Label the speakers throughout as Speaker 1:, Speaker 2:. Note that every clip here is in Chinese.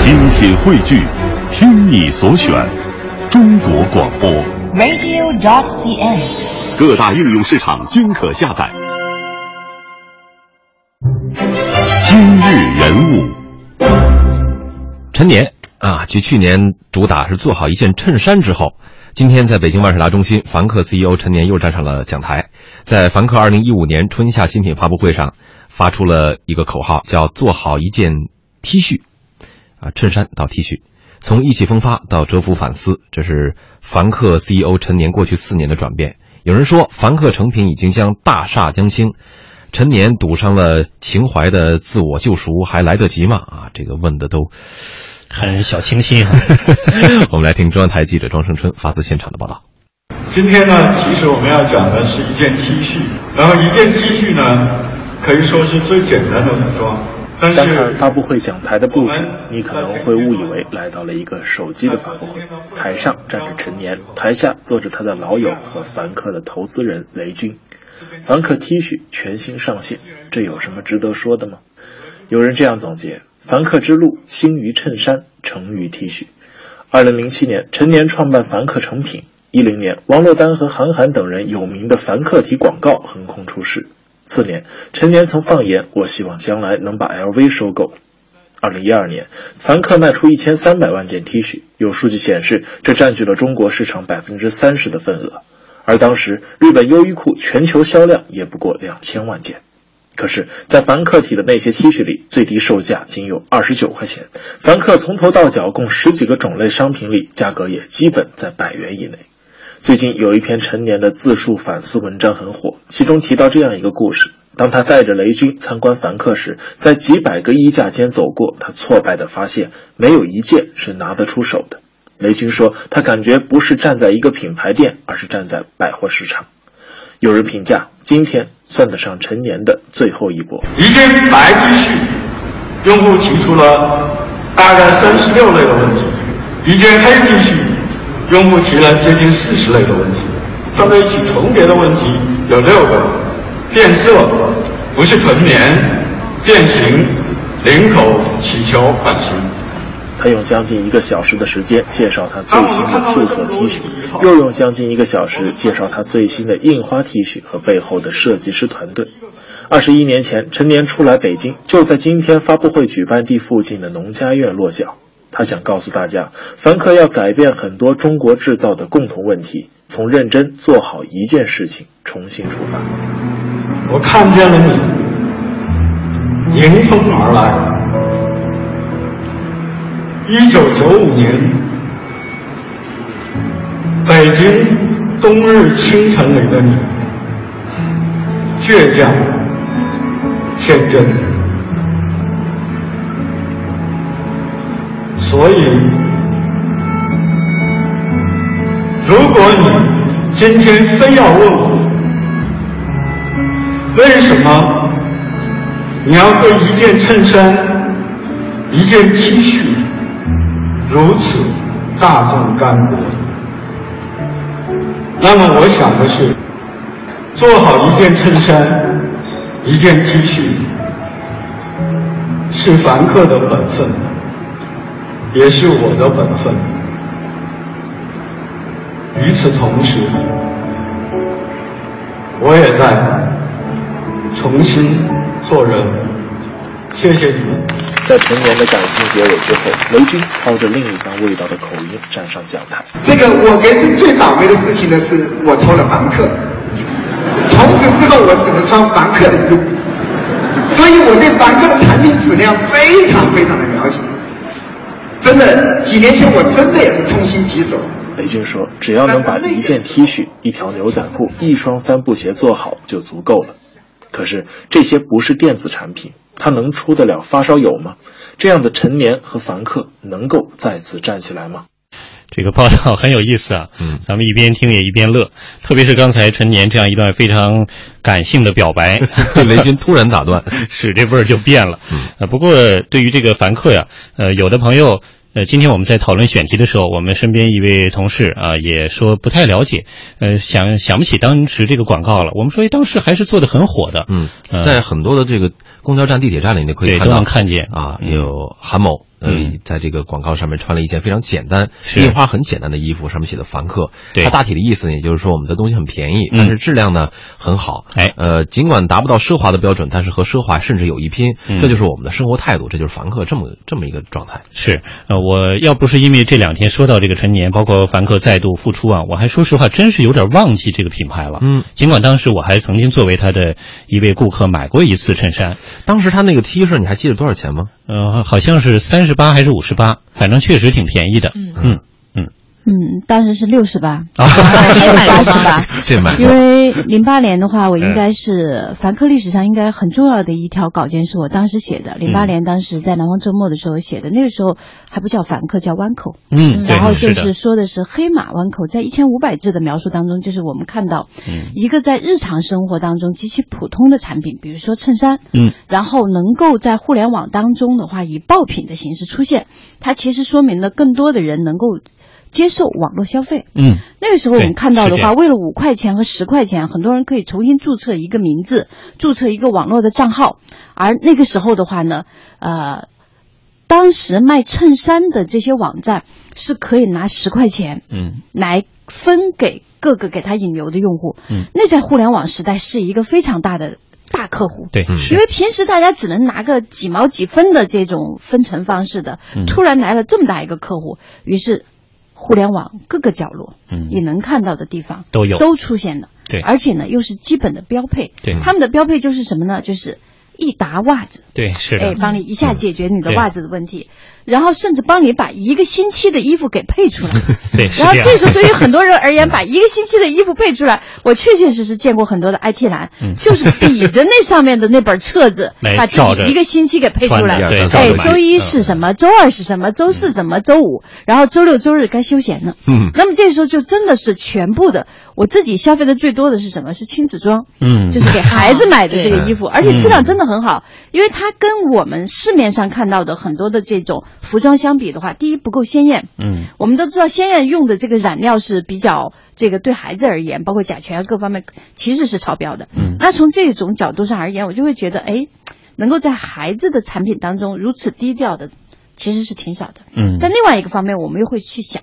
Speaker 1: 精品汇聚，听你所选，中国广播。
Speaker 2: radio.cn。
Speaker 1: 各大应用市场均可下载。今日人物，
Speaker 3: 陈年啊，继去年主打是做好一件衬衫之后，今天在北京万事达中心，凡客 CEO 陈年又站上了讲台，在凡客2015年春夏新品发布会上，发出了一个口号，叫“做好一件 T 恤”，啊，衬衫到 T 恤，从意气风发到蛰伏反思，这是凡客 CEO 陈年过去四年的转变。有人说，凡客诚品已经将大厦将倾。陈年赌上了情怀的自我救赎，还来得及吗？啊，这个问的都
Speaker 4: 很小清新啊哈、
Speaker 3: 我们来听中央台记者庄胜春发自现场的报道。
Speaker 5: 今天呢，其实我们要讲的是一件 T 恤，然后一件 T 恤呢，可以说是最简单的服装，但
Speaker 6: 刚
Speaker 5: 是
Speaker 6: 看发布会讲台的布置，你可能会误以为来到了一个手机的发布会。台上站着陈年，台下坐着他的老友和凡客的投资人雷军。凡客 T 恤全新上线，这有什么值得说的吗？有人这样总结：凡客之路，兴于衬衫，成于 T 恤。二零零七年，陈年创办凡客诚品；一零年，王珞丹和韩寒等人有名的凡客体广告横空出世。次年，陈年曾放言：“我希望将来能把 LV 收购。”二零一二年，凡客卖出一千三百万件 T 恤，有数据显示，这占据了中国市场百分之三十的份额。而当时，日本优衣库全球销量也不过两千万件。可是，在凡客体的那些 T 恤里，最低售价仅有二十九块钱。凡客从头到脚共十几个种类商品里，价格也基本在百元以内。最近有一篇陈年的自述反思文章很火，其中提到这样一个故事：当他带着雷军参观凡客时，在几百个衣架间走过，他挫败地发现，没有一件是拿得出手的。雷军说，他感觉不是站在一个品牌店，而是站在百货市场。有人评价，今天算得上陈年的最后一波。
Speaker 5: 一件白 T 恤，用户提出了大概三十六类的问题；一件黑 T 恤，用户提了接近四十类的问题。放在一起重叠的问题有六个：变色、不是纯棉、变形、领口、起球、版型。
Speaker 6: 他用将近一个小时的时间介绍他最新的素色 T 恤，又用将近一个小时介绍他最新的印花 T 恤和背后的设计师团队。二十一年前，陈年初来北京，就在今天发布会举办地附近的农家院落脚。他想告诉大家，凡客要改变很多中国制造的共同问题，从认真做好一件事情重新出发。
Speaker 5: 我看见了你，迎风而来。一九九五年，北京冬日清晨里的你，倔强、天真，所以，如果你今天非要问我，为什么你要对一件衬衫、一件 T 恤如此大动干戈？那么我想的是，做好一件衬衫、一件 T 恤，是凡客的本分，也是我的本分。与此同时，我也在重新做人。谢谢你们。
Speaker 6: 在陈年的感性结尾之后，雷军操着另一番味道的口音站上讲台。
Speaker 7: 这个我人生最倒霉的事情呢，是我偷了房客，从此之后我只能穿房客的衣服，所以我对房客的产品质量非常非常的了解。真的，几年前我真的也是痛心疾首。
Speaker 6: 雷军说：“只要能把一件 T 恤、一条牛仔裤、一双帆布鞋做好就足够了。”可是这些不是电子产品，它能出得了发烧友吗？这样的陈年和凡客能够再次站起来吗？
Speaker 4: 这个报道很有意思啊，
Speaker 3: 嗯
Speaker 4: 咱们一边听也一边乐，特别是刚才陈年这样一段非常感性的表 白，
Speaker 3: 被雷军突然打断，
Speaker 4: 使这味儿就变了。
Speaker 3: 嗯
Speaker 4: 呃，不过对于这个凡客呀，呃，有的朋友。呃，今天我们在讨论选题的时候，我们身边一位同事啊、也说不太了解，呃，想想不起当时这个广告了。我们说，哎，当时还是做的很火的，
Speaker 3: 嗯，
Speaker 4: 呃
Speaker 3: 在很多的这个公交站、地铁站里，你可以
Speaker 4: 对
Speaker 3: 看到
Speaker 4: 都能看见
Speaker 3: 啊，
Speaker 4: 嗯
Speaker 3: 有韩某嗯，在这个广告上面穿了一件非常简单、印花很简单的衣服，上面写的凡客。
Speaker 4: 对
Speaker 3: 它大体的意思呢，也就是说我们的东西很便宜，但是质量呢很好。
Speaker 4: 哎
Speaker 3: 呃，尽管达不到奢华的标准，但是和奢华甚至有一拼。这就是我们的生活态度，这就是凡客这么这么一个状态。
Speaker 4: 是，呃，我要不是因为这两天说到这个陈年，包括凡客再度复出啊，我还说实话，真是有点忘记这个品牌了。
Speaker 3: 嗯，
Speaker 4: 尽管当时我还曾经作为他的一位顾客买过一次衬衫，
Speaker 3: 当时他那个 T 恤，你还记得多少钱 吗？
Speaker 4: 呃，好像是三十八还是五十八，反正确实挺便宜的。
Speaker 2: 嗯
Speaker 4: 嗯
Speaker 8: 嗯，当时是六十八，
Speaker 4: 啊
Speaker 8: 还有八十八。
Speaker 3: 这买
Speaker 8: 因为零八年的话，我应该是凡客历史上应该很重要的一条稿件是我当时写的。零八年当时在南方周末的时候写的，那个时候还不叫凡客，叫湾口。
Speaker 4: 嗯，对，
Speaker 8: 然后就是是
Speaker 4: 的，
Speaker 8: 说的是黑马湾口，在一千五百字的描述当中，就是我们看到
Speaker 4: 嗯
Speaker 8: 一个在日常生活当中极其普通的产品，比如说衬衫，
Speaker 4: 嗯，
Speaker 8: 然后能够在互联网当中的话以爆品的形式出现，它其实说明了更多的人能够接受网络消费。
Speaker 4: 嗯
Speaker 8: 那个时候我
Speaker 4: 对
Speaker 8: 们看到
Speaker 4: 是
Speaker 8: 的
Speaker 4: 这
Speaker 8: 话，
Speaker 4: 样
Speaker 8: 为了五块钱和十块钱，很多人可以重新注册一个名字，注册一个网络的账号。而那个时候的话呢，呃，当时卖衬衫的这些网站是可以拿十块钱
Speaker 4: 嗯
Speaker 8: 来分给各个给他引流的用户。
Speaker 4: 嗯，
Speaker 8: 那在互联网时代是一个非常大的大客户。
Speaker 4: 对
Speaker 8: 因
Speaker 4: 是
Speaker 8: 为平时大家只能拿个几毛几分的这种分成方式的，
Speaker 4: 嗯
Speaker 8: 突然来了这么大一个客户，于是互联网各个角落，
Speaker 4: 嗯
Speaker 8: 你能看到的地方
Speaker 4: 都有
Speaker 8: 都出现了，
Speaker 4: 对
Speaker 8: 而且呢又是基本的标配，
Speaker 4: 对
Speaker 8: 他们的标配就是什么呢？就是一沓袜子，
Speaker 4: 对是
Speaker 8: 哎
Speaker 4: 的，，嗯
Speaker 8: 帮你一下解决你的
Speaker 4: 对
Speaker 8: 袜子的问题，然后甚至帮你把一个星期的衣服给配出来。
Speaker 4: 对是
Speaker 8: 然后
Speaker 4: 样
Speaker 8: 这时候对于很多人而言，把一个星期的衣服配出来，我确确实实见过很多的 IT 男，就是比着那上面的那本 册子
Speaker 4: 来，
Speaker 8: 把自
Speaker 4: 嗯照着
Speaker 8: 己一个星期给配出
Speaker 4: 穿
Speaker 8: 来
Speaker 4: 着。对，
Speaker 8: 哎，
Speaker 4: 照着买
Speaker 8: 周一是什么？周二是什么？周四什么？周五，然后周六、周日该休闲了。
Speaker 3: 嗯，
Speaker 8: 那么这时候就真的是全部的，我自己消费的最多的是什么？是亲子装。
Speaker 4: 嗯
Speaker 8: 就是给孩子买的这个衣服，而且质量真的很好，因为它跟我们市面上看到的很多的这种服装相比的话，第一不够鲜艳，
Speaker 4: 嗯
Speaker 8: 我们都知道鲜艳用的这个染料是比较这个对孩子而言，包括甲醛啊各方面其实是超标的。
Speaker 4: 嗯
Speaker 8: 那从这种角度上而言，我就会觉得，哎，能够在孩子的产品当中如此低调的，其实是挺少的。
Speaker 4: 嗯
Speaker 8: 但另外一个方面，我们又会去想，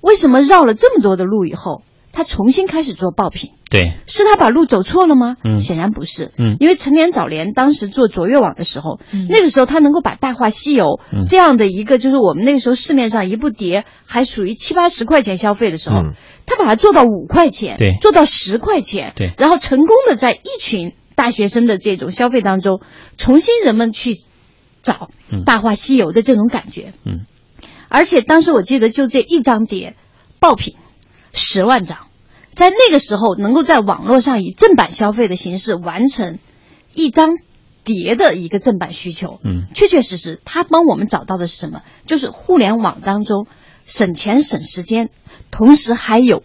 Speaker 8: 为什么绕了这么多的路以后，他重新开始做爆品？
Speaker 4: 对
Speaker 8: 是他把路走错了吗？
Speaker 4: 嗯
Speaker 8: 显然不是。
Speaker 4: 嗯
Speaker 8: 因为陈年早年当时做卓越网的时候，
Speaker 2: 嗯
Speaker 8: 那个时候他能够把《大话西游
Speaker 4: 嗯》
Speaker 8: 这样的一个，就是我们那个时候市面上一部碟还属于七八十块钱消费的时候，
Speaker 3: 嗯
Speaker 8: 他把它做到五块钱，
Speaker 4: 对
Speaker 8: 做到十块钱，
Speaker 4: 对
Speaker 8: 然后成功的在一群大学生的这种消费当中，重新人们去找
Speaker 4: 嗯
Speaker 8: 《大话西游》的这种感觉。
Speaker 4: 嗯，
Speaker 8: 而且当时我记得就这一张碟，爆品十万张，在那个时候能够在网络上以正版消费的形式完成一张碟的一个正版需求，
Speaker 4: 嗯，
Speaker 8: 确确实实，他帮我们找到的是什么？就是互联网当中省钱省时间，同时还有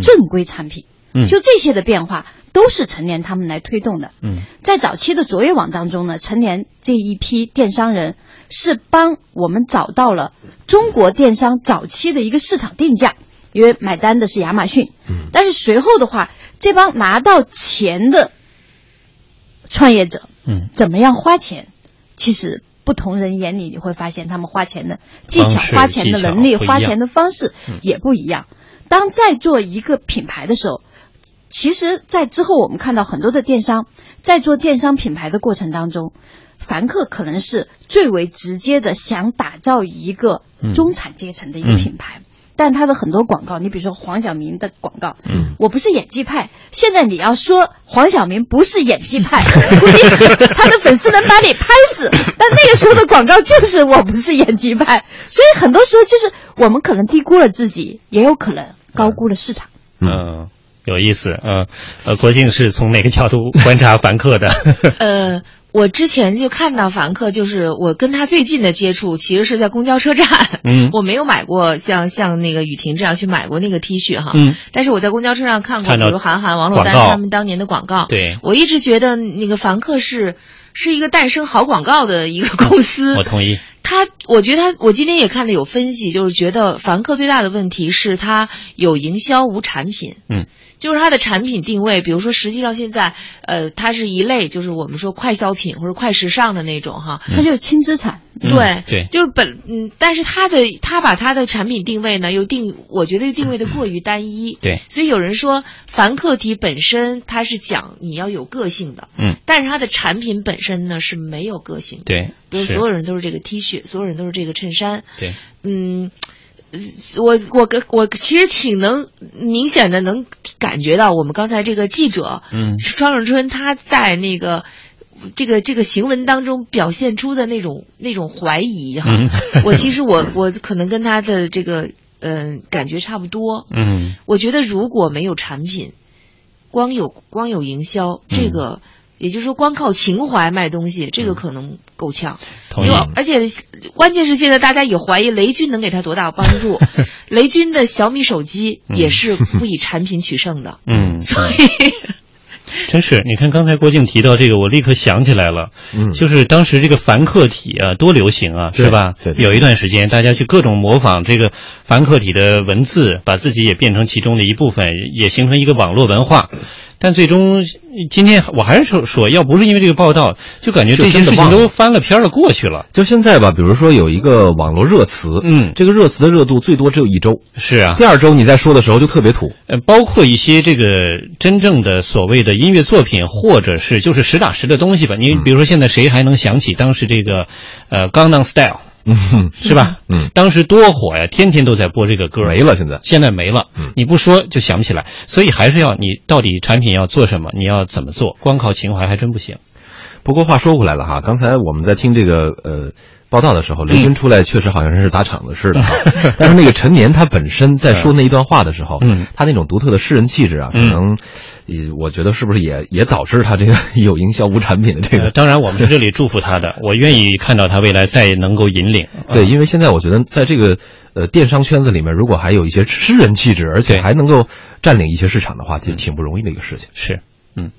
Speaker 8: 正规产品。
Speaker 4: 嗯
Speaker 8: 就这些的变化都是陈年他们来推动的。
Speaker 4: 嗯
Speaker 8: 在早期的卓越网当中呢，陈年这一批电商人是帮我们找到了中国电商早期的一个市场定价，因为买单的是亚马逊。嗯，但是随后的话，这帮拿到钱的创业者，
Speaker 4: 嗯
Speaker 8: 怎么样花钱，其实不同人眼里你会发现他们花钱的技巧
Speaker 4: 方、式
Speaker 8: 花钱的能
Speaker 4: 技
Speaker 8: 力、
Speaker 4: 巧不一样嗯
Speaker 8: 花钱的方式也不一样。当在做一个品牌的时候，其实，在之后我们看到很多的电商在做电商品牌的过程当中，凡客可能是最为直接的想打造一个中产阶层的
Speaker 4: 嗯
Speaker 8: 一个品牌。但他的很多广告，你比如说黄晓明的广告，
Speaker 4: 嗯，
Speaker 8: 我不是演技派。现在你要说黄晓明不是演技派， 估计他的粉丝能把你拍死。但那个时候的广告就是我不是演技派，所以很多时候就是我们可能低估了自己，也有可能高估了市场。
Speaker 4: 嗯。有意思，呃，呃，国庆是从哪个角度观察凡客的？
Speaker 2: 呃，我之前就看到凡客，就是我跟他最近的接触，其实是在公交车站。
Speaker 4: 嗯
Speaker 2: 我没有买过像像那个雨婷这样去买过那个 T 恤哈。
Speaker 4: 嗯，
Speaker 2: 但是我在公交车上看过，
Speaker 4: 看
Speaker 2: 比
Speaker 4: 到
Speaker 2: 如韩寒、王珞丹
Speaker 4: 广告
Speaker 2: 他们当年的广告。
Speaker 4: 对
Speaker 2: 我一直觉得那个凡客是是一个诞生好广告的一个公司。
Speaker 4: 我同意。
Speaker 2: 他，我觉得他，我今天也看了有分析，就是觉得凡客最大的问题是他有营销无产品。
Speaker 4: 嗯，
Speaker 2: 就是它的产品定位，比如说，实际上现在，呃，它是一类就是我们说快消品或者快时尚的那种哈。
Speaker 8: 它就是轻资产，
Speaker 4: 嗯
Speaker 2: 对
Speaker 4: 对
Speaker 2: 就是本嗯，但是它的它把它的产品定位呢，又定，我觉得定位的过于单一。
Speaker 4: 对，
Speaker 2: 所以有人说，凡客体本身它是讲你要有个性的，
Speaker 4: 嗯，
Speaker 2: 但是它的产品本身呢是没有个性的。
Speaker 4: 对，
Speaker 2: 比如
Speaker 4: 是
Speaker 2: 所有人都是这个 T 恤，所有人都是这个衬衫。
Speaker 4: 对，
Speaker 2: 嗯，呃我我跟我其实挺能明显的能感觉到，我们刚才这个记者，
Speaker 4: 嗯
Speaker 2: 庄胜春他在那个这个这个行文当中表现出的那种那种怀疑 哈。
Speaker 4: 嗯
Speaker 2: 我其实我我可能跟他的这个嗯、感觉差不多。
Speaker 4: 嗯
Speaker 2: 我觉得如果没有产品，光有光有营销，
Speaker 4: 嗯
Speaker 2: 这个、也就是说光靠情怀卖东西，这个可能够呛。
Speaker 4: 同意
Speaker 2: 因为而且关键是现在大家也怀疑雷军能给他多大帮 助。雷军的小米手机也是不以产品取胜的。
Speaker 4: 嗯， 真是，你看刚才郭靖提到这个，我立刻想起来了，
Speaker 3: 嗯
Speaker 4: 就是当时这个凡客体啊，多流行啊，
Speaker 3: 对
Speaker 4: 是吧？
Speaker 3: 对对
Speaker 4: 有一段时间，大家去各种模仿这个凡客体的文字，把自己也变成其中的一部分，也形成一个网络文化。但最终，今天我还是说说，要不是因为这个报道，就感觉
Speaker 3: 就
Speaker 4: 这些
Speaker 3: 真的
Speaker 4: 事情
Speaker 3: 忘了
Speaker 4: 都翻了篇儿了，过去了。
Speaker 3: 就现在吧，比如说有一个网络热词，
Speaker 4: 嗯
Speaker 3: 这个热词的热度最多只有一周，
Speaker 4: 是啊，
Speaker 3: 第二周你再说的时候就特别土。
Speaker 4: 呃，包括一些这个真正的所谓的音乐作品，或者是就是实打实的东西吧。
Speaker 3: 嗯
Speaker 4: 你比如说，现在谁还能想起当时这个，呃，《Gangnam Style》
Speaker 3: 嗯哼，
Speaker 4: 是吧？
Speaker 3: 嗯，
Speaker 4: 当时多火呀，天天都在播这个歌。
Speaker 3: 没了现在
Speaker 4: 现在没了
Speaker 3: 嗯，
Speaker 4: 你不说就想不起来。所以还是要你到底产品要做什么，你要怎么做，光靠情怀还真不行。
Speaker 3: 不过话说回来了哈，刚才我们在听这个呃报道的时候，雷军出来确实好像是砸场子似的哈。 但是那个陈年他本身在说那一段话的时候，
Speaker 4: 嗯
Speaker 3: 他那种独特的诗人气质啊，可
Speaker 4: 嗯
Speaker 3: 能，呃我觉得是不是也也导致他这个有营销无产品的这
Speaker 4: 呃
Speaker 3: 个。
Speaker 4: 当然，我们是这里祝福他的，我愿意看到他未来再能够引领。
Speaker 3: 对，啊因为现在我觉得在这个呃电商圈子里面，如果还有一些诗人气质，而且
Speaker 4: 对
Speaker 3: 还能够占领一些市场的话，挺挺不容易的一个事情。
Speaker 4: 是，嗯。